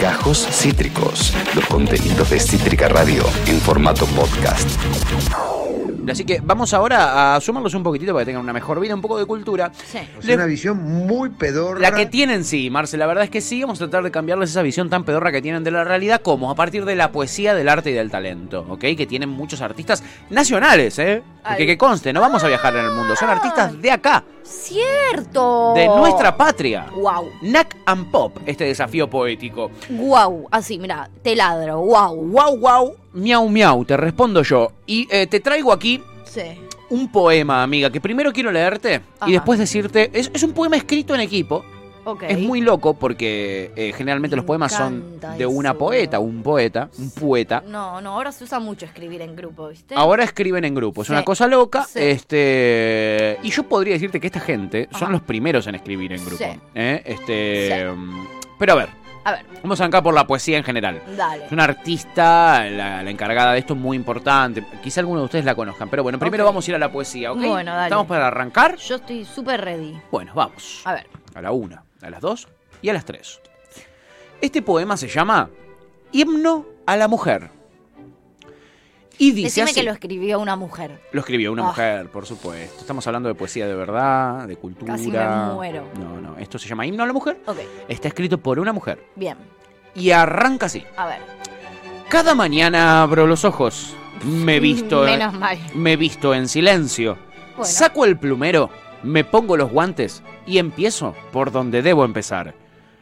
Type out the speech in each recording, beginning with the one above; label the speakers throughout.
Speaker 1: Gajos Cítricos, los contenidos de Cítrica Radio en formato podcast.
Speaker 2: Así que vamos ahora a sumarlos un poquitito para que tengan una mejor vida, un poco de cultura.
Speaker 3: Sí.
Speaker 4: O sea,
Speaker 2: Les-
Speaker 4: Pues una visión muy pedorra.
Speaker 2: La que tienen sí, Marce, la verdad es que sí, vamos a tratar de cambiarles esa visión tan pedorra que tienen de la realidad como a partir de la poesía, del arte y del talento, ¿ok? Que tienen muchos artistas nacionales, ¿eh? Porque
Speaker 3: Ay.
Speaker 2: que conste, no vamos a viajar en el mundo, son artistas de acá,
Speaker 3: ¡Cierto!
Speaker 2: de nuestra patria.
Speaker 3: Guau.
Speaker 2: Nac and Pop, este desafío poético.
Speaker 3: Guau. Así, mira, te ladro. Guau.
Speaker 2: Wow, wow, miau, miau, te respondo yo. Y eh, te traigo aquí
Speaker 3: Sí.
Speaker 2: un poema, amiga, que primero quiero leerte
Speaker 3: Ajá.
Speaker 2: y después decirte, es, es un poema escrito en equipo,
Speaker 3: Ok.
Speaker 2: Es muy loco porque eh, generalmente
Speaker 3: Me
Speaker 2: los poemas son
Speaker 3: encanta
Speaker 2: de una
Speaker 3: eso.
Speaker 2: poeta, un poeta, un poeta.
Speaker 3: No, no, ahora se usa mucho escribir en grupo, ¿viste?
Speaker 2: Ahora escriben en grupo, es
Speaker 3: Sí.
Speaker 2: una cosa loca.
Speaker 3: Sí.
Speaker 2: Este, y yo podría decirte que esta gente son
Speaker 3: Ajá.
Speaker 2: los primeros en escribir en grupo.
Speaker 3: Sí.
Speaker 2: ¿eh? Este,
Speaker 3: Sí.
Speaker 2: mm, pero a ver,
Speaker 3: A ver,
Speaker 2: vamos acá por la poesía en general.
Speaker 3: dale.
Speaker 2: Es una artista, la, la encargada de esto es muy importante. Quizá algunos de ustedes la conozcan, pero bueno, primero
Speaker 3: Ok.
Speaker 2: vamos a ir a la poesía, ¿ok?
Speaker 3: Bueno, dale.
Speaker 2: ¿Estamos para arrancar?
Speaker 3: Yo estoy súper ready.
Speaker 2: Bueno, vamos.
Speaker 3: A ver.
Speaker 2: a la una, a las dos y a las tres. Este poema se llama Himno a la mujer. Y dice
Speaker 3: Decime
Speaker 2: así.
Speaker 3: que lo escribió una mujer.
Speaker 2: Lo escribió una
Speaker 3: Ah.
Speaker 2: mujer, por supuesto. Estamos hablando de poesía de verdad, de cultura.
Speaker 3: Casi me muero.
Speaker 2: No, no. Esto se llama Himno a la mujer.
Speaker 3: Ok,
Speaker 2: Está escrito por una mujer.
Speaker 3: bien.
Speaker 2: Y arranca así.
Speaker 3: A ver.
Speaker 2: Cada mañana abro los ojos. Me visto. eh.
Speaker 3: Menos mal.
Speaker 2: Me visto en silencio.
Speaker 3: Bueno.
Speaker 2: Saco el plumero, me pongo los guantes y empiezo por donde debo empezar.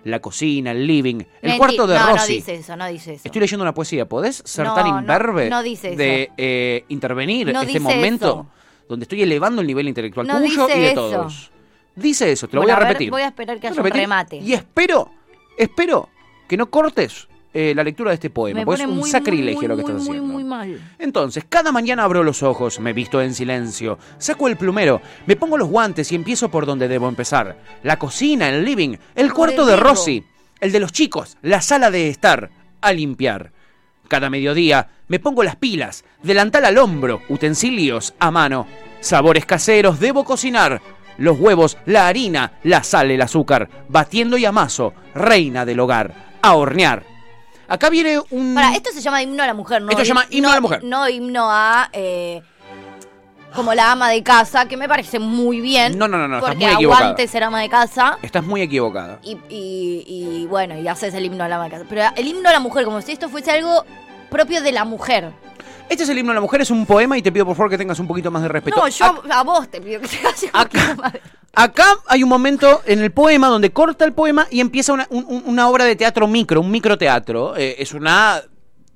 Speaker 2: La cocina, el living, el
Speaker 3: Menti-
Speaker 2: cuarto de
Speaker 3: no, No
Speaker 2: Rosy.
Speaker 3: dice eso, no dice eso.
Speaker 2: Estoy leyendo una poesía. ¿Podés ser
Speaker 3: No,
Speaker 2: tan
Speaker 3: no,
Speaker 2: imberbe
Speaker 3: no dice
Speaker 2: de
Speaker 3: eso.
Speaker 2: eh, intervenir
Speaker 3: No
Speaker 2: este
Speaker 3: dice
Speaker 2: momento
Speaker 3: eso.
Speaker 2: donde estoy elevando el nivel intelectual
Speaker 3: No
Speaker 2: tuyo
Speaker 3: dice
Speaker 2: y de
Speaker 3: eso.
Speaker 2: todos? Dice eso, te lo
Speaker 3: Bueno,
Speaker 2: voy a
Speaker 3: ver,
Speaker 2: repetir.
Speaker 3: voy a esperar
Speaker 2: Te
Speaker 3: que
Speaker 2: lo
Speaker 3: haya un
Speaker 2: repetí.
Speaker 3: remate.
Speaker 2: Y espero, espero que no cortes eh, la lectura de este poema,
Speaker 3: me
Speaker 2: porque
Speaker 3: pone
Speaker 2: es un
Speaker 3: muy,
Speaker 2: sacrilegio
Speaker 3: muy,
Speaker 2: lo que
Speaker 3: muy,
Speaker 2: estás
Speaker 3: muy,
Speaker 2: haciendo.
Speaker 3: Muy, mal.
Speaker 2: Entonces, cada mañana abro los ojos, me visto en silencio, saco el plumero, me pongo los guantes y empiezo por donde debo empezar. La cocina, el living, el cuarto de
Speaker 3: debo.
Speaker 2: Rosy, el de los chicos, la sala de estar, a limpiar. Cada mediodía me pongo las pilas, delantal al hombro, utensilios a mano. Sabores caseros debo cocinar. Los huevos, la harina, la sal, el azúcar, batiendo y amaso, reina del hogar, a hornear. Acá viene un...
Speaker 3: Pará, esto se llama himno a la mujer, ¿no?
Speaker 2: Esto se llama himno a la mujer.
Speaker 3: No himno a. eh, como la ama de casa, que me parece muy bien.
Speaker 2: No, no, no, no, estás
Speaker 3: Porque
Speaker 2: muy equivocada.
Speaker 3: aguante ser ama de casa.
Speaker 2: Estás muy equivocada.
Speaker 3: Y, y- y, bueno, y haces el himno a la ama de casa. Pero el himno a la mujer, como si esto fuese algo propio de la mujer.
Speaker 2: Este es el himno a la mujer, es un poema y te pido por favor que tengas un poquito más de respeto.
Speaker 3: no, yo
Speaker 2: Ac-
Speaker 3: a, a vos te pido que te hagas
Speaker 2: Acá, acá hay un momento en el poema donde corta el poema y empieza una, un- un- una obra de teatro micro, un microteatro. Eh, es una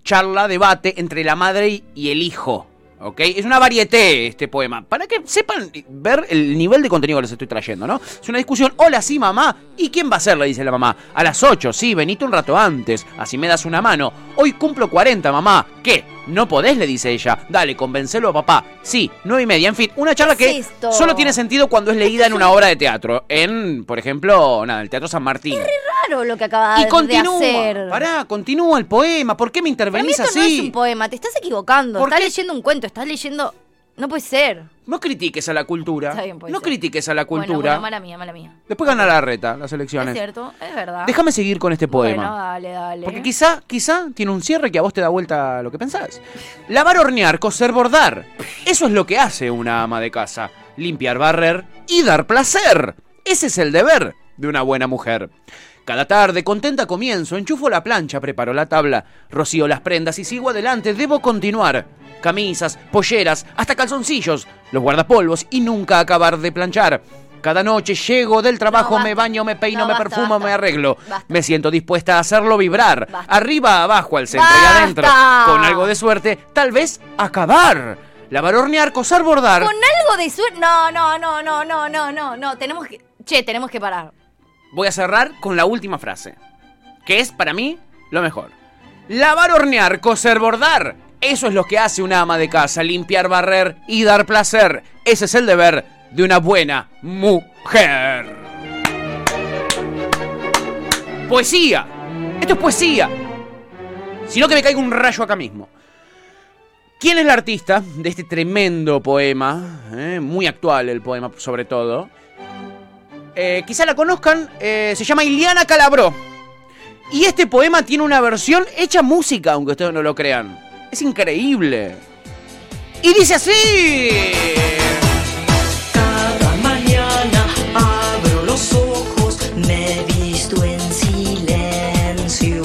Speaker 2: charla, debate entre la madre y, y el hijo. ¿Ok? Es una varieté este poema. Para que sepan ver el nivel de contenido que les estoy trayendo, ¿no? Es una discusión. Hola, sí, mamá. ¿Y quién va a ser? Le dice la mamá. A las 8, sí, venite un rato antes. Así me das una mano. Hoy cumplo 40, mamá. ¿Qué? ¿No podés? Le dice ella. Dale, convencelo a papá. Sí, nueve y media. En fin, una charla
Speaker 3: ¿Qué
Speaker 2: que
Speaker 3: es esto?
Speaker 2: solo tiene sentido cuando es leída en una obra de teatro. En, por ejemplo, nada, el Teatro San Martín.
Speaker 3: Claro lo que acabas
Speaker 2: Y continúa.
Speaker 3: de hacer.
Speaker 2: Pará, continúa el poema. ¿Por qué me
Speaker 3: Para mí
Speaker 2: intervenís
Speaker 3: esto
Speaker 2: así?
Speaker 3: no es un poema, te estás equivocando.
Speaker 2: ¿Por
Speaker 3: Estás
Speaker 2: qué?
Speaker 3: leyendo un cuento, estás leyendo. No puede ser.
Speaker 2: No critiques a la cultura.
Speaker 3: Está bien, puede
Speaker 2: no
Speaker 3: ser.
Speaker 2: critiques a la
Speaker 3: Bueno,
Speaker 2: cultura.
Speaker 3: bueno, mala mía, mala mía.
Speaker 2: Después gana la reta, las
Speaker 3: Es
Speaker 2: elecciones.
Speaker 3: cierto, es verdad.
Speaker 2: Déjame seguir con este poema.
Speaker 3: Bueno, dale, dale.
Speaker 2: Porque quizá, quizá tiene un cierre que a vos te da vuelta lo que pensás. Lavar, hornear, coser, bordar. Eso es lo que hace una ama de casa. Limpiar, barrer y dar placer. Ese es el deber de una buena mujer. Cada tarde, contenta comienzo, enchufo la plancha, preparo la tabla, rocío las prendas y sigo adelante, debo continuar. Camisas, polleras, hasta calzoncillos, los guardapolvos y nunca acabar de planchar. Cada noche llego del trabajo,
Speaker 3: No,
Speaker 2: me
Speaker 3: basta.
Speaker 2: baño, me peino,
Speaker 3: No,
Speaker 2: me
Speaker 3: basta,
Speaker 2: perfumo,
Speaker 3: basta.
Speaker 2: me arreglo.
Speaker 3: Basta.
Speaker 2: Me siento dispuesta a hacerlo vibrar.
Speaker 3: Basta.
Speaker 2: Arriba, abajo, al centro y
Speaker 3: ¡Basta!
Speaker 2: adentro. Con algo de suerte, tal vez acabar. Lavar, hornear, coser, bordar.
Speaker 3: Con algo de suerte. No, no, no, no, no, no, no, no. Tenemos que. Che, tenemos que parar.
Speaker 2: Voy a cerrar con la última frase, que es para mí lo mejor. Lavar, hornear, coser, bordar. Eso es lo que hace una ama de casa, limpiar, barrer y dar placer. Ese es el deber de una buena mujer. Poesía. Esto es poesía. Sino que me caiga un rayo acá mismo. ¿Quién es la artista de este tremendo poema? Eh, muy actual el poema, sobre todo. Eh, quizá la conozcan, eh, se llama Iliana Calabró. Y este poema tiene una versión hecha música, aunque ustedes no lo crean. Es increíble. Y dice así.
Speaker 4: Cada mañana abro los ojos, me visto en silencio.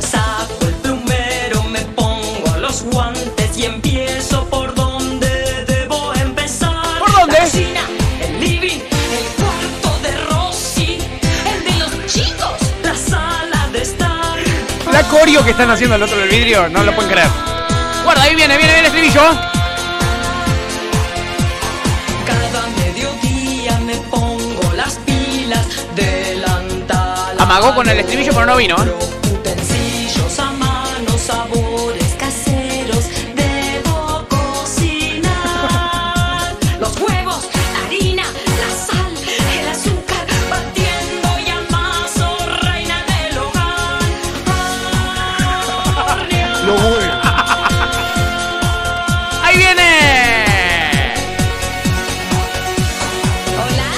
Speaker 4: Saco el plumero, me pongo los guantes y empiezo por donde debo empezar.
Speaker 2: ¿Por dónde?
Speaker 4: La cocina, el living, el cuarto de Rosy, el de los chicos, la sala de estar.
Speaker 2: La corio que están haciendo al otro del vidrio, no lo pueden creer. Guarda, ahí viene, viene, viene el estribillo.
Speaker 4: Cada mediodía me pongo las pilas delantal.
Speaker 2: Amagó con el estribillo, pero no vino, ¿eh?
Speaker 4: Utensilios a mano, sabores caseros. Debo cocinar. Los huevos, la harina, la sal, el azúcar. Batiendo y amaso, reina del hogar. Hornear.
Speaker 5: Lo voy.
Speaker 2: Ahí viene.
Speaker 4: Hola.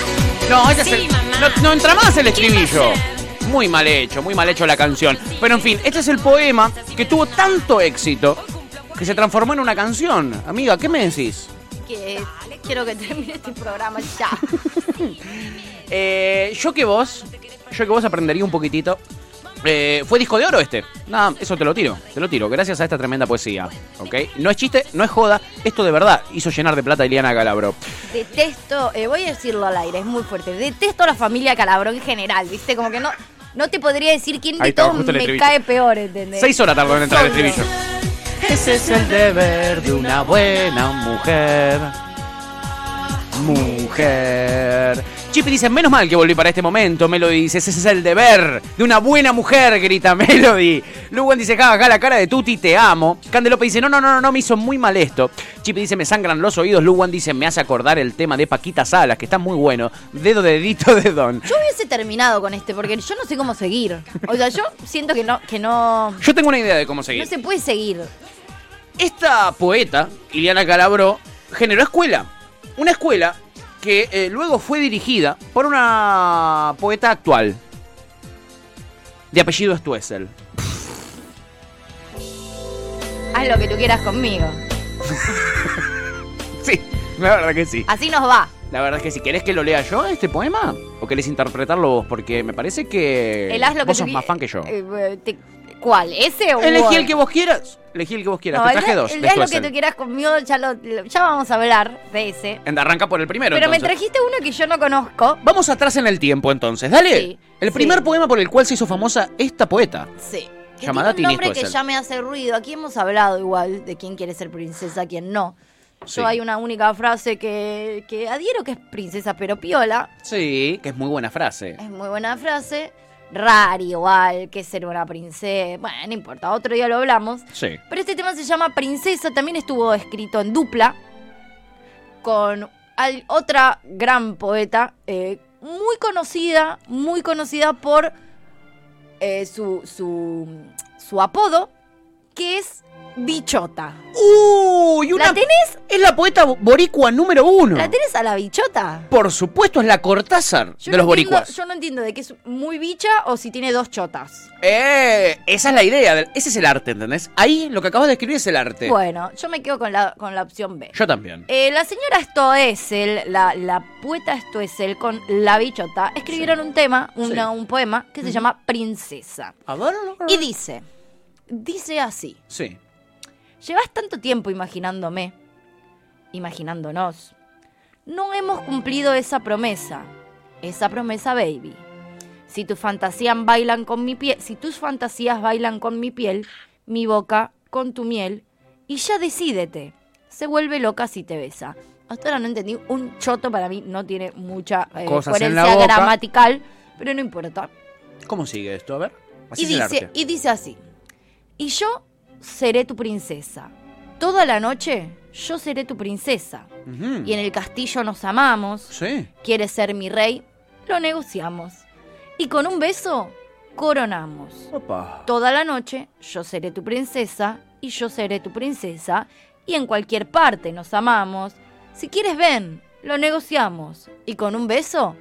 Speaker 2: No, ese es el-
Speaker 4: Sí, mamá.
Speaker 2: no, no entra más el
Speaker 4: ¿Qué
Speaker 2: estribillo.
Speaker 4: va a ser?
Speaker 2: Muy mal hecho, muy mal hecho la canción. Pero en fin, este es el poema que tuvo tanto éxito que se transformó en una canción. Amiga, ¿qué me decís?
Speaker 3: Que quiero que termine este programa ya.
Speaker 2: Eh, yo que vos, yo que vos aprendería un poquitito. Eh, fue disco de oro este. Nada, eso te lo tiro, te lo tiro, gracias a esta tremenda poesía. ¿Ok? No es chiste, no es joda, esto de verdad hizo llenar de plata a Iliana Galabro.
Speaker 3: Detesto, eh, voy a decirlo al aire, es muy fuerte. Detesto a la familia Calabrón en general, ¿viste? Como que no, no te podría decir quién
Speaker 2: Ahí
Speaker 3: de
Speaker 2: estaba
Speaker 3: todos
Speaker 2: justo el
Speaker 3: me
Speaker 2: estribillo.
Speaker 3: cae peor, ¿entendés?
Speaker 2: Seis horas tardó en entrar el
Speaker 3: Solo.
Speaker 2: estribillo. Ese es el deber de una buena mujer. Mujer. Chipi dice, menos mal que volví para este momento. Melody dice, ese es el deber de una buena mujer, grita Melody. Lugan dice, jaja, la cara de Tuti, te amo. Candelope dice, no, no, no, no, no, me hizo muy mal esto. Chipi dice, me sangran los oídos. Lugan dice, me hace acordar el tema de Paquita Salas, que está muy bueno. Dedo, dedito, de don.
Speaker 3: Yo hubiese terminado con este porque yo no sé cómo seguir. O sea, yo siento que no, que no,
Speaker 2: Yo tengo una idea de cómo seguir.
Speaker 3: no se puede seguir.
Speaker 2: Esta poeta, Iliana Calabro, generó escuela. Una escuela que eh, luego fue dirigida por una poeta actual. De apellido Stuessel.
Speaker 3: Haz lo que tú quieras conmigo.
Speaker 2: Sí, la verdad que sí.
Speaker 3: Así nos va.
Speaker 2: La verdad es que si querés que lo lea yo, este poema, o querés interpretarlo vos, porque me parece que
Speaker 3: El haz lo que
Speaker 2: Eh, vos
Speaker 3: tú
Speaker 2: sos
Speaker 3: qui-
Speaker 2: más fan que yo.
Speaker 3: Eh, eh, te- ¿Cuál? ¿Ese o
Speaker 2: Elegí
Speaker 3: Word?
Speaker 2: el que vos quieras. Elegí el que vos quieras.
Speaker 3: No,
Speaker 2: Te
Speaker 3: el
Speaker 2: traje
Speaker 3: haz-
Speaker 2: dos.
Speaker 3: el
Speaker 2: de
Speaker 3: haz lo que
Speaker 2: Stoessel.
Speaker 3: tú quieras conmigo, ya, lo, lo- ya vamos a hablar de ese.
Speaker 2: Anda, Arranca por el primero.
Speaker 3: Pero, me
Speaker 2: entonces.
Speaker 3: trajiste uno que yo no conozco.
Speaker 2: Vamos atrás en el tiempo entonces, dale.
Speaker 3: Sí,
Speaker 2: el
Speaker 3: sí.
Speaker 2: primer poema por el cual se hizo famosa esta poeta.
Speaker 3: Sí. Que
Speaker 2: Llamada
Speaker 3: tiene
Speaker 2: Tini
Speaker 3: un nombre que
Speaker 2: Stoessel.
Speaker 3: ya me hace ruido. Aquí hemos hablado igual de quién quiere ser princesa, quién no. Yo
Speaker 2: Sí.
Speaker 3: hay una única frase que, que adhiero que es princesa pero piola.
Speaker 2: Sí, que es muy buena frase.
Speaker 3: Es muy buena frase. Rari igual que ser una princesa. Bueno, no importa, otro día lo hablamos.
Speaker 2: Sí.
Speaker 3: Pero este tema se llama Princesa, también estuvo escrito en dupla con al- otra gran poeta, eh, muy conocida, muy conocida por eh, su, su, su apodo, que es Bichota.
Speaker 2: ¡Uy! una-
Speaker 3: ¿La tenés?
Speaker 2: Es la poeta bo- boricua número uno.
Speaker 3: ¿La tenés a la bichota?
Speaker 2: Por supuesto, es la Cortázar
Speaker 3: Yo
Speaker 2: de
Speaker 3: no
Speaker 2: los
Speaker 3: entiendo-
Speaker 2: boricuas.
Speaker 3: Yo no entiendo de que es muy bicha o si tiene dos chotas.
Speaker 2: Eh, esa es la idea. del- Ese es el arte, ¿entendés? Ahí lo que acabas de escribir es el arte.
Speaker 3: Bueno, yo me quedo con la, con la opción B.
Speaker 2: Yo también.
Speaker 3: Eh, la señora Stoessel, la, la poeta Stoessel con la bichota, escribieron un tema, una- un poema que se llama Princesa.
Speaker 2: A ver.
Speaker 3: Y dice, dice así,
Speaker 2: Sí.
Speaker 3: llevas tanto tiempo imaginándome, imaginándonos. No hemos cumplido esa promesa, esa promesa baby. Si tus fantasías bailan con mi piel, si tus fantasías bailan con mi piel, mi boca con tu miel, y ya decídete. Se vuelve loca si te besa. Hasta ahora no entendí un choto para mí no tiene mucha eh,
Speaker 2: Cosas en la
Speaker 3: coherencia
Speaker 2: boca.
Speaker 3: gramatical, pero no importa.
Speaker 2: ¿Cómo sigue esto? A ver. Así
Speaker 3: Y
Speaker 2: es el
Speaker 3: dice,
Speaker 2: arte.
Speaker 3: y dice así, y yo seré tu princesa. Toda la noche yo seré tu princesa.
Speaker 2: Ujú.
Speaker 3: Y en el castillo nos amamos.
Speaker 2: Sí.
Speaker 3: ¿Quieres ser mi rey? Lo negociamos. Y con un beso coronamos.
Speaker 2: Opa.
Speaker 3: Toda la noche yo seré tu princesa y yo seré tu princesa. Y en cualquier parte nos amamos. Si quieres ven, lo negociamos. Y con un beso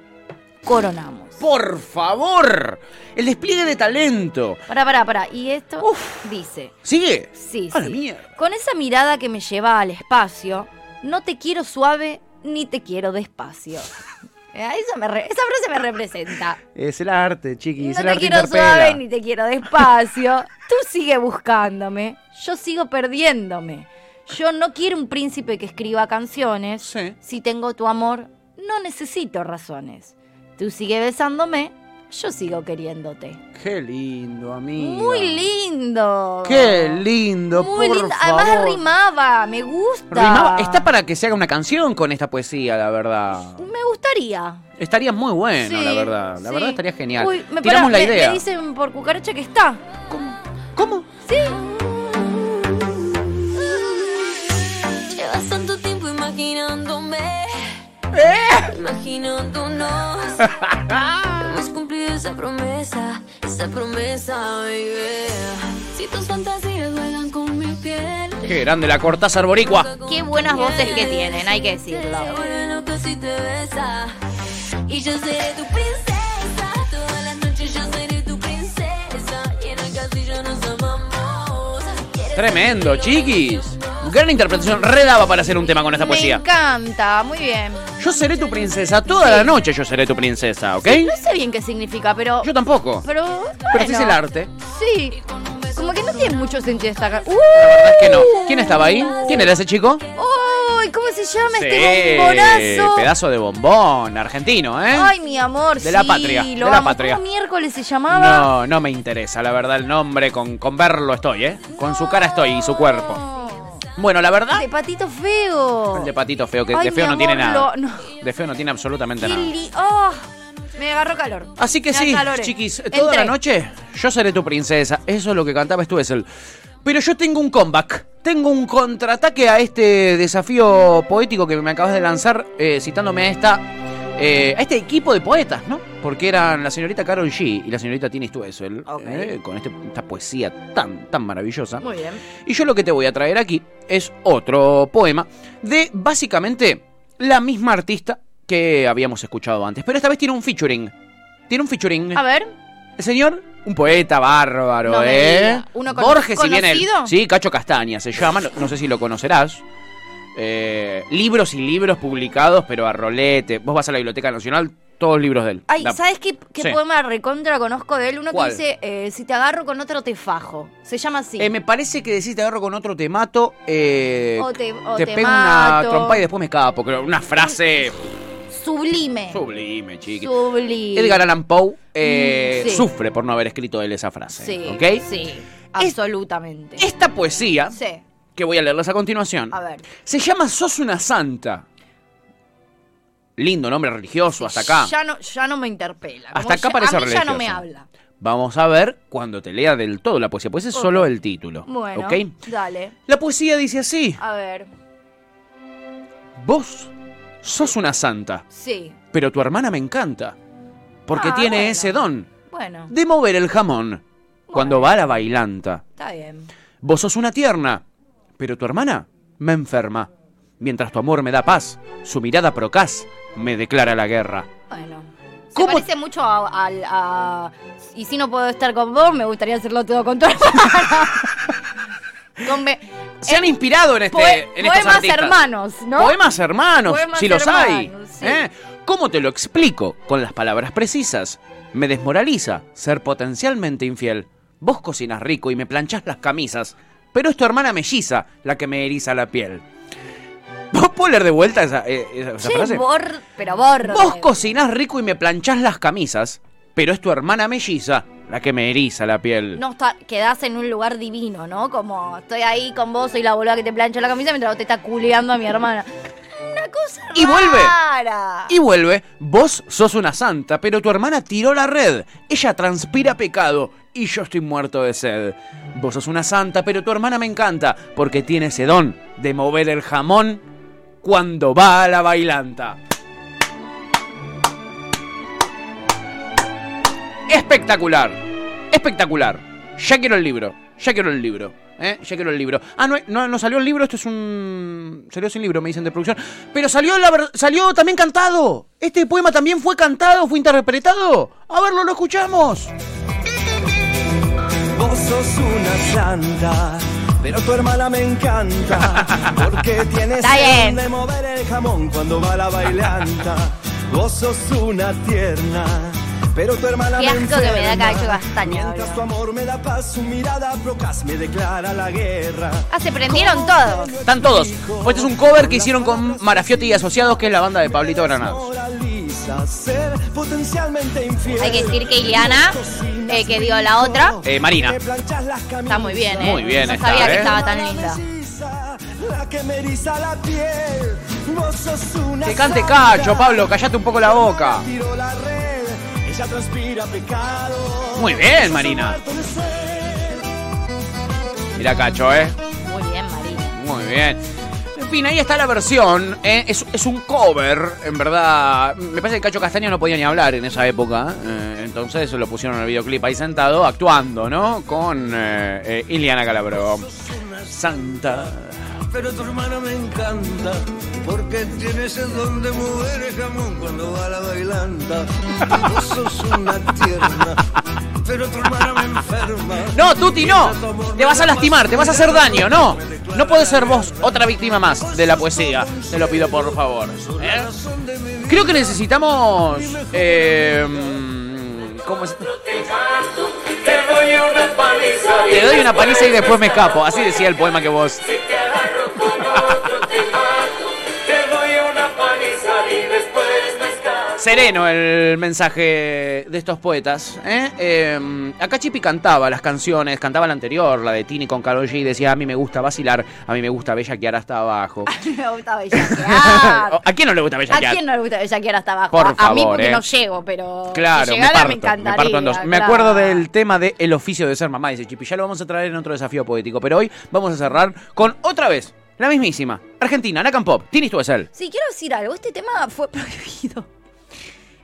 Speaker 3: coronamos.
Speaker 2: Por favor, el despliegue de talento.
Speaker 3: Pará, pará, pará. Y esto
Speaker 2: Uf.
Speaker 3: dice.
Speaker 2: ¿Sigue?
Speaker 3: Sí,
Speaker 2: A la
Speaker 3: sí.
Speaker 2: mierda.
Speaker 3: Con esa mirada que me lleva al espacio, no te quiero suave ni te quiero despacio. Eh, eso me re- esa frase me representa.
Speaker 2: Es el arte, chiquis.
Speaker 3: no
Speaker 2: el
Speaker 3: te
Speaker 2: arte
Speaker 3: quiero
Speaker 2: interpela.
Speaker 3: suave ni te quiero despacio. Tú sigue buscándome. Yo sigo perdiéndome. Yo no quiero un príncipe que escriba canciones.
Speaker 2: Sí.
Speaker 3: Si tengo tu amor, no necesito razones. Tú sigue besándome. Yo sigo queriéndote.
Speaker 2: Qué lindo, amigo.
Speaker 3: Muy lindo.
Speaker 2: Qué lindo,
Speaker 3: Muy
Speaker 2: por
Speaker 3: lindo.
Speaker 2: favor.
Speaker 3: Además rimaba, me gusta.
Speaker 2: Rimaba- Está para que se haga una canción con esta poesía, la verdad.
Speaker 3: Me gustaría.
Speaker 2: Estaría muy bueno,
Speaker 3: Sí,
Speaker 2: la verdad. La
Speaker 3: sí.
Speaker 2: verdad estaría genial.
Speaker 3: Uy, me
Speaker 2: Tiramos
Speaker 3: pará,
Speaker 2: la
Speaker 3: me-
Speaker 2: idea.
Speaker 3: Me dicen por cucaracha que está.
Speaker 2: ¿Cómo?
Speaker 3: Sí.
Speaker 5: Llevas tanto tiempo imaginándome. Imaginándonos. Hemos cumplido esa promesa, esa promesa, baby. Si tus fantasías juegan con mi piel.
Speaker 2: Qué grande la Cortázar Boricua.
Speaker 3: Qué buenas voces que tienen, hay que decirlo.
Speaker 5: Se vuelve loco si te besa. Y yo seré tu princesa. Todas las noches yo seré tu princesa. Y en el castillo nos amamos. ¿Quieres
Speaker 2: Tremendo,
Speaker 5: ser mi
Speaker 2: chiquis. Gran interpretación. Redaba para hacer un tema con esta
Speaker 3: Me
Speaker 2: poesía.
Speaker 3: encanta, muy bien.
Speaker 2: Yo seré tu princesa. Toda la noche yo seré tu princesa, ¿ok?
Speaker 3: No sé bien qué significa, pero.
Speaker 2: Yo tampoco.
Speaker 3: Pero.
Speaker 2: Pero este es el
Speaker 3: bueno,
Speaker 2: arte.
Speaker 3: Sí. Como que no tiene mucho sentido esta ca- ¡Uh!
Speaker 2: La verdad es que no. ¿Quién estaba ahí? ¿Quién era ese chico?
Speaker 3: ¡Uy! ¿Cómo se llama este
Speaker 2: Sí,
Speaker 3: bombonazo?
Speaker 2: pedazo de bombón argentino, ¿eh?
Speaker 3: Ay, mi amor,
Speaker 2: De la
Speaker 3: sí,
Speaker 2: patria,
Speaker 3: lo
Speaker 2: de la
Speaker 3: amo.
Speaker 2: patria.
Speaker 3: ¿Cómo miércoles se llamaba?
Speaker 2: No, no me interesa, la verdad, el nombre. Con, con verlo estoy, ¿eh? Con su cara estoy y su cuerpo. Bueno, la verdad,
Speaker 3: Ah, De patito feo.
Speaker 2: el de patito feo, que
Speaker 3: Ay,
Speaker 2: de feo
Speaker 3: mi
Speaker 2: no tiene
Speaker 3: amor,
Speaker 2: nada.
Speaker 3: lo- no.
Speaker 2: De feo no tiene absolutamente
Speaker 3: Qué
Speaker 2: nada.
Speaker 3: li- oh, me agarró calor.
Speaker 2: Así que
Speaker 3: Me
Speaker 2: sí,
Speaker 3: acaloré.
Speaker 2: chiquis, eh, toda
Speaker 3: Entré.
Speaker 2: la noche yo seré tu princesa. Eso es lo que cantaba Stuessel. Pero yo tengo un comeback. Tengo un contraataque a este desafío poético que me acabas de lanzar, eh, citándome a esta. eh, a este equipo de poetas, ¿no? Porque eran la señorita Carol G y la señorita Tini Stuessel,
Speaker 3: Ok.
Speaker 2: eh, con este- esta poesía tan, tan maravillosa.
Speaker 3: Muy bien.
Speaker 2: Y yo lo que te voy a traer aquí es otro poema de básicamente la misma artista que habíamos escuchado antes. Pero esta vez tiene un featuring. Tiene un featuring.
Speaker 3: A ver,
Speaker 2: El señor, un poeta bárbaro,
Speaker 3: No me
Speaker 2: ¿eh?
Speaker 3: diga. ¿Uno cono-
Speaker 2: Borges, si bien él.
Speaker 3: conocido?
Speaker 2: Sí, Cacho Castaña se llama, no, no sé si lo conocerás. Eh, libros y libros publicados, pero a rolete. Vos vas a la Biblioteca Nacional, todos libros de él.
Speaker 3: ay,
Speaker 2: La-
Speaker 3: ¿sabes qué, qué
Speaker 2: Sí.
Speaker 3: poema recontra conozco de él? Uno
Speaker 2: ¿Cuál?
Speaker 3: que dice, eh, si te agarro con otro te fajo. Se llama así.
Speaker 2: Eh, me parece que decís te agarro con otro temato, eh,
Speaker 3: O te- o te
Speaker 2: pego
Speaker 3: mato.
Speaker 2: una trompa y después me escapo. Creo, una frase
Speaker 3: Sublime.
Speaker 2: sublime, chiqui.
Speaker 3: Sublime.
Speaker 2: Edgar Allan Poe eh,
Speaker 3: Mm, sí.
Speaker 2: sufre por no haber escrito él esa frase.
Speaker 3: Sí,
Speaker 2: ¿ok?
Speaker 3: sí, absolutamente.
Speaker 2: Esta poesía,
Speaker 3: Sí,
Speaker 2: que voy a leerlas a continuación,
Speaker 3: a ver.
Speaker 2: se llama Sos una santa. Lindo nombre religioso hasta acá.
Speaker 3: Ya no, ya no me interpela.
Speaker 2: Hasta acá
Speaker 3: ya-
Speaker 2: parece
Speaker 3: a mí ya no
Speaker 2: religioso.
Speaker 3: me habla.
Speaker 2: Vamos a ver cuando te lea del todo la poesía, pues es solo el título.
Speaker 3: Bueno,
Speaker 2: ¿ok?
Speaker 3: dale.
Speaker 2: La poesía dice así:
Speaker 3: A ver,
Speaker 2: Vos sos una santa,
Speaker 3: sí,
Speaker 2: pero tu hermana me encanta. Porque
Speaker 3: Ah,
Speaker 2: tiene
Speaker 3: bueno.
Speaker 2: ese don
Speaker 3: bueno,
Speaker 2: de mover el jamón cuando va a la bailanta.
Speaker 3: está bien.
Speaker 2: Vos sos una tierna, pero tu hermana me enferma. Mientras tu amor me da paz, su mirada procaz me declara la guerra.
Speaker 3: Bueno. Se
Speaker 2: ¿Cómo-
Speaker 3: parece mucho a, al- a- Y si no puedo estar con vos, me gustaría hacerlo todo con tu hermana. Con me-
Speaker 2: Se
Speaker 3: Eh,
Speaker 2: han inspirado en, este,
Speaker 3: poe-
Speaker 2: en estos
Speaker 3: poemas
Speaker 2: artistas.
Speaker 3: hermanos, ¿no?
Speaker 2: Poemas hermanos,
Speaker 3: Poemas
Speaker 2: si los
Speaker 3: hermanos,
Speaker 2: hay.
Speaker 3: sí.
Speaker 2: ¿eh? ¿Cómo te lo explico? Con las palabras precisas. Me desmoraliza ser potencialmente infiel. Vos cocinas rico y me planchás las camisas, pero es tu hermana melliza la que me eriza la piel. ¿Vos puedo leer de vuelta esa, eh, esa- esa
Speaker 3: Che,
Speaker 2: frase?
Speaker 3: bor- pero borro.
Speaker 2: Vos cocinás rico y me planchás las camisas, pero es tu hermana melliza la que me eriza la piel.
Speaker 3: no está, quedás en un lugar divino, ¿no? Como estoy ahí con vos, soy la boluda que te plancha la camisa mientras vos te está culeando a mi hermana. Una cosa
Speaker 2: Y vuelve.
Speaker 3: rara.
Speaker 2: Y vuelve, vos sos una santa, pero tu hermana tiró la red. Ella transpira pecado y yo estoy muerto de sed. Vos sos una santa, pero tu hermana me encanta, porque tiene ese don de mover el jamón cuando va a la bailanta. Espectacular, espectacular. Ya quiero el libro, ya quiero el libro. ¿eh? Ya quiero el libro. Ah, no, no, no salió el libro, esto es un... Salió sin libro, me dicen de producción. Pero salió, la ver- salió también cantado. Este poema también fue cantado, fue interpretado. A verlo, lo escuchamos.
Speaker 6: Vos sos una santa, pero tu hermana me encanta. Porque tienes
Speaker 3: Está bien.
Speaker 6: de mover el jamón cuando va la bailanta. Vos sos una tierna, pero tu hermana
Speaker 3: Qué
Speaker 6: me
Speaker 3: asco que me da
Speaker 6: enferma.
Speaker 3: cacho castaña,
Speaker 6: Mientras
Speaker 3: boludo.
Speaker 6: tu amor me da paz, su mirada procas me declara la guerra.
Speaker 3: Ah, se prendieron todos.
Speaker 2: Están todos. Este es un cover que hicieron con Marafiotti y Asociados, que es la banda de Pablito Granados.
Speaker 6: Moraliza ser potencialmente infiel.
Speaker 3: Hay que decir que Ileana, eh, que dio la otra,
Speaker 2: Eh, Marina.
Speaker 6: Te planchas las
Speaker 3: está muy bien, ¿eh?
Speaker 2: Muy bien
Speaker 3: No
Speaker 2: está,
Speaker 3: sabía
Speaker 2: ¿eh?
Speaker 3: que estaba tan linda.
Speaker 6: La que me eriza la piel. Vos sos una
Speaker 2: Que cante
Speaker 6: santa.
Speaker 2: Cacho, Pablo, callate un poco la boca.
Speaker 6: Tiro la red, ella transpira pecado.
Speaker 2: Muy bien,
Speaker 6: Sos
Speaker 2: Marina.
Speaker 6: muerto de sed.
Speaker 2: Mira Cacho, ¿eh?
Speaker 3: Muy bien, Marina.
Speaker 2: Muy bien. En fin, ahí está la versión. ¿eh? Es, es un cover, en verdad. Me parece que Cacho Castaño no podía ni hablar en esa época. eh, entonces lo pusieron en el videoclip ahí sentado, actuando, ¿no? Con eh, eh, Ileana Calabro. Santa.
Speaker 7: Pero tu hermana me encanta, porque tienes el don de mover el jamón cuando va la bailanta. Vos sos una tierna, pero tu hermana me enferma.
Speaker 2: No, Tuti, no. Te vas a lastimar, te vas a hacer daño, no. No puedes ser vos otra víctima más de la poesía. Te lo pido por favor. ¿eh? Creo que necesitamos. Eh, mm, ¿Cómo es? Te doy una paliza y después me escapo. Así decía el poema que vos. Sereno el mensaje de estos poetas. ¿eh? Eh, acá Chipi cantaba las canciones, cantaba la anterior, la de Tini con Karol G, y decía, a mí me gusta vacilar, a mí me gusta bellaquear hasta abajo.
Speaker 3: Me gusta bellaquear.
Speaker 2: ¿A quién no le gusta
Speaker 3: ¿A
Speaker 2: bellaquear?
Speaker 3: quién no le gusta bellaquear hasta abajo?
Speaker 2: Por
Speaker 3: a, a mí
Speaker 2: favor,
Speaker 3: porque
Speaker 2: eh.
Speaker 3: no llego, pero
Speaker 2: Claro,
Speaker 3: si
Speaker 2: me
Speaker 3: llegara
Speaker 2: parto,
Speaker 3: me encantaría.
Speaker 2: me parto en dos. Me
Speaker 3: claro.
Speaker 2: acuerdo del tema de el oficio de ser mamá, dice Chipi. Ya lo vamos a traer en otro desafío poético, pero hoy vamos a cerrar con otra vez, la mismísima. Argentina, Nacan Pop, Tini Stuesel.
Speaker 3: Sí, quiero decir algo. Este tema fue prohibido.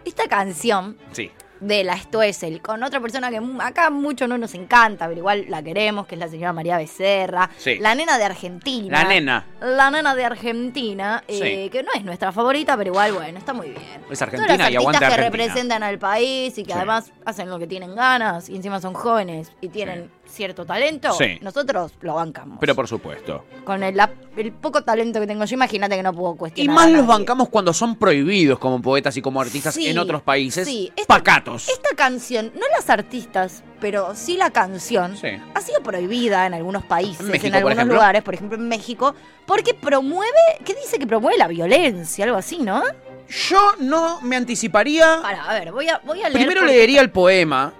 Speaker 3: Esta canción
Speaker 2: Sí.
Speaker 3: de la Stoessel con otra persona que mu- acá mucho no nos encanta, pero igual la queremos, que es la señora María Becerra.
Speaker 2: Sí.
Speaker 3: La nena de Argentina.
Speaker 2: La nena.
Speaker 3: La nena de Argentina, eh,
Speaker 2: Sí.
Speaker 3: que no es nuestra favorita, pero igual, bueno, está muy bien.
Speaker 2: Es
Speaker 3: Todas las
Speaker 2: argentina y
Speaker 3: artistas
Speaker 2: aguante
Speaker 3: que
Speaker 2: Argentina.
Speaker 3: representan al país y que
Speaker 2: Sí.
Speaker 3: además hacen lo que tienen ganas y encima son jóvenes y tienen cierto talento,
Speaker 2: Sí.
Speaker 3: nosotros lo bancamos.
Speaker 2: Pero por supuesto.
Speaker 3: Con el, la- el poco talento que tengo yo, imagínate que no puedo
Speaker 2: Y
Speaker 3: cuestionar. a
Speaker 2: más los
Speaker 3: nadie.
Speaker 2: bancamos cuando son prohibidos como poetas y como artistas
Speaker 3: Sí,
Speaker 2: en otros países.
Speaker 3: sí. Esta-
Speaker 2: Pacatos.
Speaker 3: Esta canción, no las artistas, pero sí la canción,
Speaker 2: Sí.
Speaker 3: ha sido prohibida en algunos países,
Speaker 2: En
Speaker 3: en,
Speaker 2: México, por
Speaker 3: algunos
Speaker 2: ejemplo.
Speaker 3: lugares, por ejemplo en México, porque promueve, ¿qué dice que promueve la violencia? Algo así, ¿no?
Speaker 2: Yo no me anticiparía.
Speaker 3: Para, a ver, voy a, voy a leer.
Speaker 2: Primero
Speaker 3: porque-
Speaker 2: leería el poema.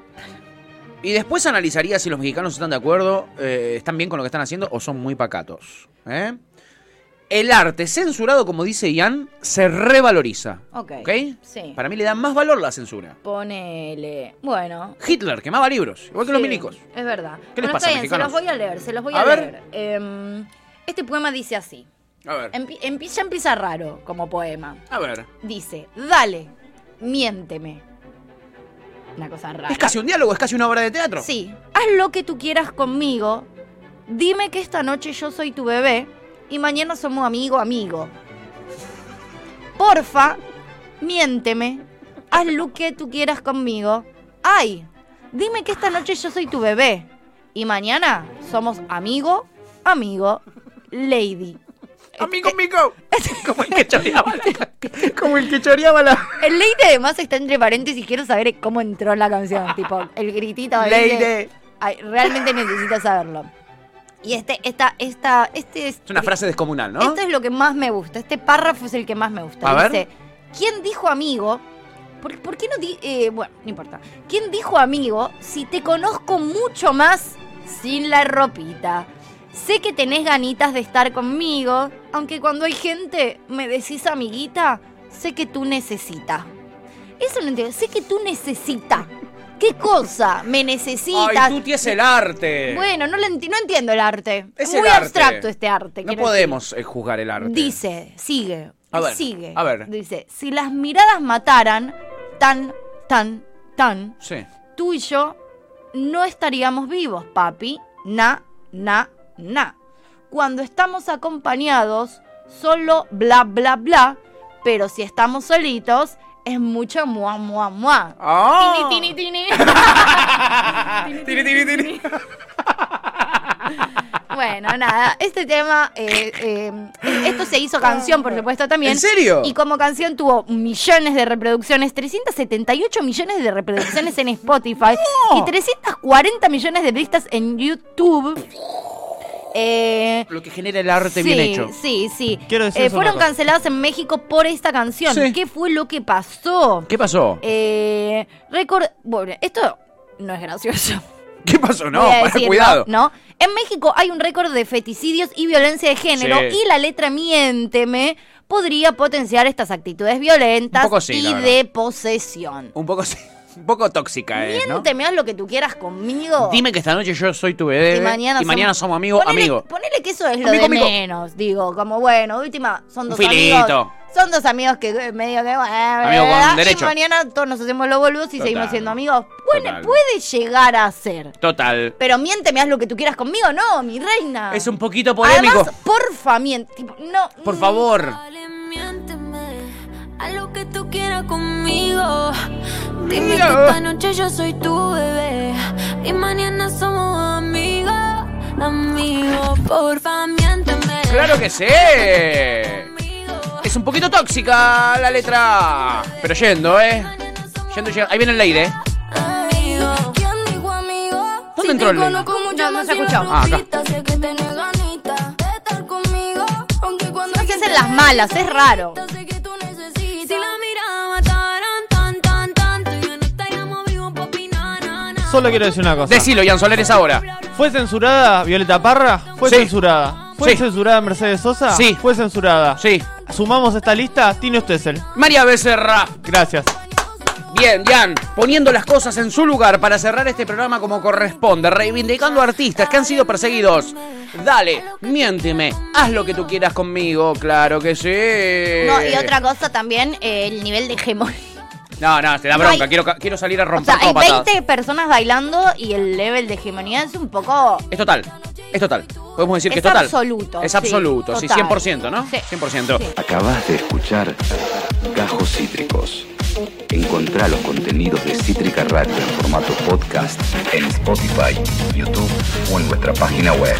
Speaker 2: Y después analizaría si los mexicanos están de acuerdo, eh, están bien con lo que están haciendo o son muy pacatos. ¿eh? El arte censurado, como dice Ian, se revaloriza.
Speaker 3: Ok,
Speaker 2: ¿Ok?
Speaker 3: sí.
Speaker 2: Para mí le da más valor la censura.
Speaker 3: Ponele. Bueno.
Speaker 2: Hitler quemaba libros, igual que los
Speaker 3: sí,
Speaker 2: milicos.
Speaker 3: Es verdad.
Speaker 2: ¿Qué les
Speaker 3: Bueno,
Speaker 2: pasa,
Speaker 3: está bien, se
Speaker 2: mexicanos?
Speaker 3: los voy a leer, se los voy
Speaker 2: A
Speaker 3: a,
Speaker 2: ver.
Speaker 3: leer. Em, este poema dice así.
Speaker 2: A ver,
Speaker 3: Empi- empi- ya empieza raro como poema.
Speaker 2: a ver.
Speaker 3: Ah, Dice, dale, miénteme. Una cosa rara.
Speaker 2: Es casi un diálogo, es casi una obra de teatro.
Speaker 3: Sí, haz lo que tú quieras conmigo. Dime que esta noche yo soy tu bebé y mañana somos amigo, amigo. Porfa, miénteme. Haz lo que tú quieras conmigo. Ay, dime que esta noche yo soy tu bebé y mañana somos amigo, amigo, lady.
Speaker 2: Amigo, amigo. Como el que choreaba
Speaker 3: Este-
Speaker 2: la... Como el que choreaba la...
Speaker 3: El lady además está entre paréntesis. Quiero saber cómo entró la canción. tipo, el gritito de
Speaker 2: Lady.
Speaker 3: Ay, realmente necesito saberlo. Y este, esta, esta, este es.
Speaker 2: Es una frase descomunal, ¿no?
Speaker 3: Esto es lo que más me gusta. Este párrafo es el que más me gusta.
Speaker 2: A ver.
Speaker 3: Dice, ¿quién dijo amigo? ¿Por, por qué no di- eh, bueno, no importa. ¿Quién dijo amigo si te conozco mucho más sin la ropita? Sé que tenés ganitas de estar conmigo, aunque cuando hay gente me decís amiguita, sé que tú necesitas. Eso no entiendo. Sé que tú necesitas. ¿Qué cosa me necesitas?
Speaker 2: Ay, Tuti es el arte.
Speaker 3: Bueno, no, lo enti- no entiendo el arte.
Speaker 2: Es
Speaker 3: Muy
Speaker 2: el arte.
Speaker 3: abstracto este arte.
Speaker 2: No
Speaker 3: quiero
Speaker 2: podemos eh, juzgar el arte.
Speaker 3: Dice, sigue,
Speaker 2: A ver,
Speaker 3: sigue.
Speaker 2: a ver.
Speaker 3: Dice, si las miradas mataran, tan, tan, tan,
Speaker 2: Sí.
Speaker 3: tú y yo no estaríamos vivos, papi. Na, na, na. Cuando estamos acompañados, solo bla bla bla, pero si estamos solitos, es mucho mua mua mua.
Speaker 2: Ah.
Speaker 3: Tini, tini, tini.
Speaker 2: Tiri, tiri, tiri.
Speaker 3: Bueno, nada, este tema, eh, eh, esto se hizo canción, por supuesto, también.
Speaker 2: ¿En serio?
Speaker 3: Y como canción tuvo millones de reproducciones, 378 millones de reproducciones en Spotify y 340 millones de vistas en YouTube. Eh,
Speaker 2: Lo que genera el arte
Speaker 3: sí,
Speaker 2: bien hecho.
Speaker 3: Sí, sí.
Speaker 8: Quiero decir
Speaker 3: Eh,
Speaker 8: eso,
Speaker 3: fueron
Speaker 8: Nata.
Speaker 3: canceladas en México por esta canción.
Speaker 2: Sí.
Speaker 3: ¿Qué fue lo que pasó?
Speaker 2: ¿Qué pasó?
Speaker 3: Eh, récord- Bueno, esto no es gracioso.
Speaker 2: ¿Qué pasó? No,
Speaker 3: voy a
Speaker 2: para,
Speaker 3: decirlo,
Speaker 2: cuidado.
Speaker 3: ¿no? En México hay un récord de feticidios y violencia de género
Speaker 2: Sí.
Speaker 3: y la letra miénteme podría potenciar estas actitudes violentas
Speaker 2: Un poco sí,
Speaker 3: y
Speaker 2: la verdad.
Speaker 3: de posesión.
Speaker 2: Un poco sí, un poco tóxica es, ¿no?
Speaker 3: Miénteme, haz lo que tú quieras conmigo.
Speaker 2: Dime que esta noche yo soy tu bebé y mañana, somos amigos,
Speaker 3: Ponele-
Speaker 2: amigos.
Speaker 3: Ponele que eso es lo
Speaker 2: Amigo,
Speaker 3: de
Speaker 2: amigo.
Speaker 3: menos, digo, como bueno, última, son
Speaker 2: Un
Speaker 3: dos
Speaker 2: filito.
Speaker 3: amigos. Son dos amigos que eh, medio que bueno,
Speaker 2: Amigo con
Speaker 3: ¿verdad? y
Speaker 2: derecho.
Speaker 3: mañana todos nos hacemos los boludos y
Speaker 2: Total.
Speaker 3: seguimos siendo amigos. Puede,
Speaker 2: Total.
Speaker 3: puede llegar a ser.
Speaker 2: Total.
Speaker 3: Pero miénteme, haz lo que tú quieras conmigo, no, mi reina.
Speaker 2: Es un poquito polémico.
Speaker 3: Ah. Además, porfa, miente. tipo, No.
Speaker 2: Por
Speaker 3: mm,
Speaker 2: favor.
Speaker 5: Dale, miénteme, haz lo que tú quieras conmigo. Dime
Speaker 2: Mira.
Speaker 5: que esta noche yo soy tu bebé y mañana somos amigos, amigos. Porfa, miénteme.
Speaker 2: Claro que sí. Es un poquito tóxica la letra. Pero yendo, ¿eh? Yendo, yendo. Ahí viene el aire, ¿eh?
Speaker 5: Amigo, ¿quién dijo amigo?
Speaker 2: ¿Dónde entró el nene?
Speaker 3: No, no se escuchó.
Speaker 2: Ah, acá.
Speaker 5: Sé que tenés ganitas de estar conmigo, aunque cuando
Speaker 3: No se hacen las malas, es raro.
Speaker 5: Sé que tú necesitas. Si la miraba taran, tan, tan, tanto, ya no estaríamos vivos, papi, na, na, na.
Speaker 8: Solo quiero decir una cosa.
Speaker 2: Decilo, Ian Soler, es ahora.
Speaker 8: ¿Fue censurada Violeta Parra? Fue
Speaker 2: Sí.
Speaker 8: censurada. ¿Fue
Speaker 2: Sí.
Speaker 8: censurada Mercedes Sosa?
Speaker 2: Sí.
Speaker 8: Fue censurada.
Speaker 2: Sí.
Speaker 8: Sumamos esta lista, Tino Stessel.
Speaker 2: María Becerra.
Speaker 8: Gracias.
Speaker 2: Bien, Jan, poniendo las cosas en su lugar para cerrar este programa como corresponde, reivindicando artistas que han sido perseguidos. Dale, miénteme, haz lo que tú quieras conmigo, claro que sí.
Speaker 3: No, y otra cosa también, eh, el nivel de hegemonía.
Speaker 2: No, no, te da
Speaker 3: No
Speaker 2: bronca,
Speaker 3: hay-
Speaker 2: quiero, ca- quiero salir a
Speaker 3: O
Speaker 2: romper
Speaker 3: sea, hay
Speaker 2: todo patadas.
Speaker 3: 20 personas bailando y el level de hegemonía es un poco.
Speaker 2: Es total, es total. Podemos decir que
Speaker 3: Es
Speaker 2: es total.
Speaker 3: absoluto,
Speaker 2: Es
Speaker 3: sí,
Speaker 2: absoluto, sí,
Speaker 3: total.
Speaker 2: 100%, ¿no?
Speaker 3: Sí.
Speaker 2: 100%.
Speaker 3: Sí.
Speaker 1: Acabas de escuchar Gajos Cítricos. Encontrá los contenidos de Cítrica Radio en formato podcast en Spotify, YouTube o en nuestra página web.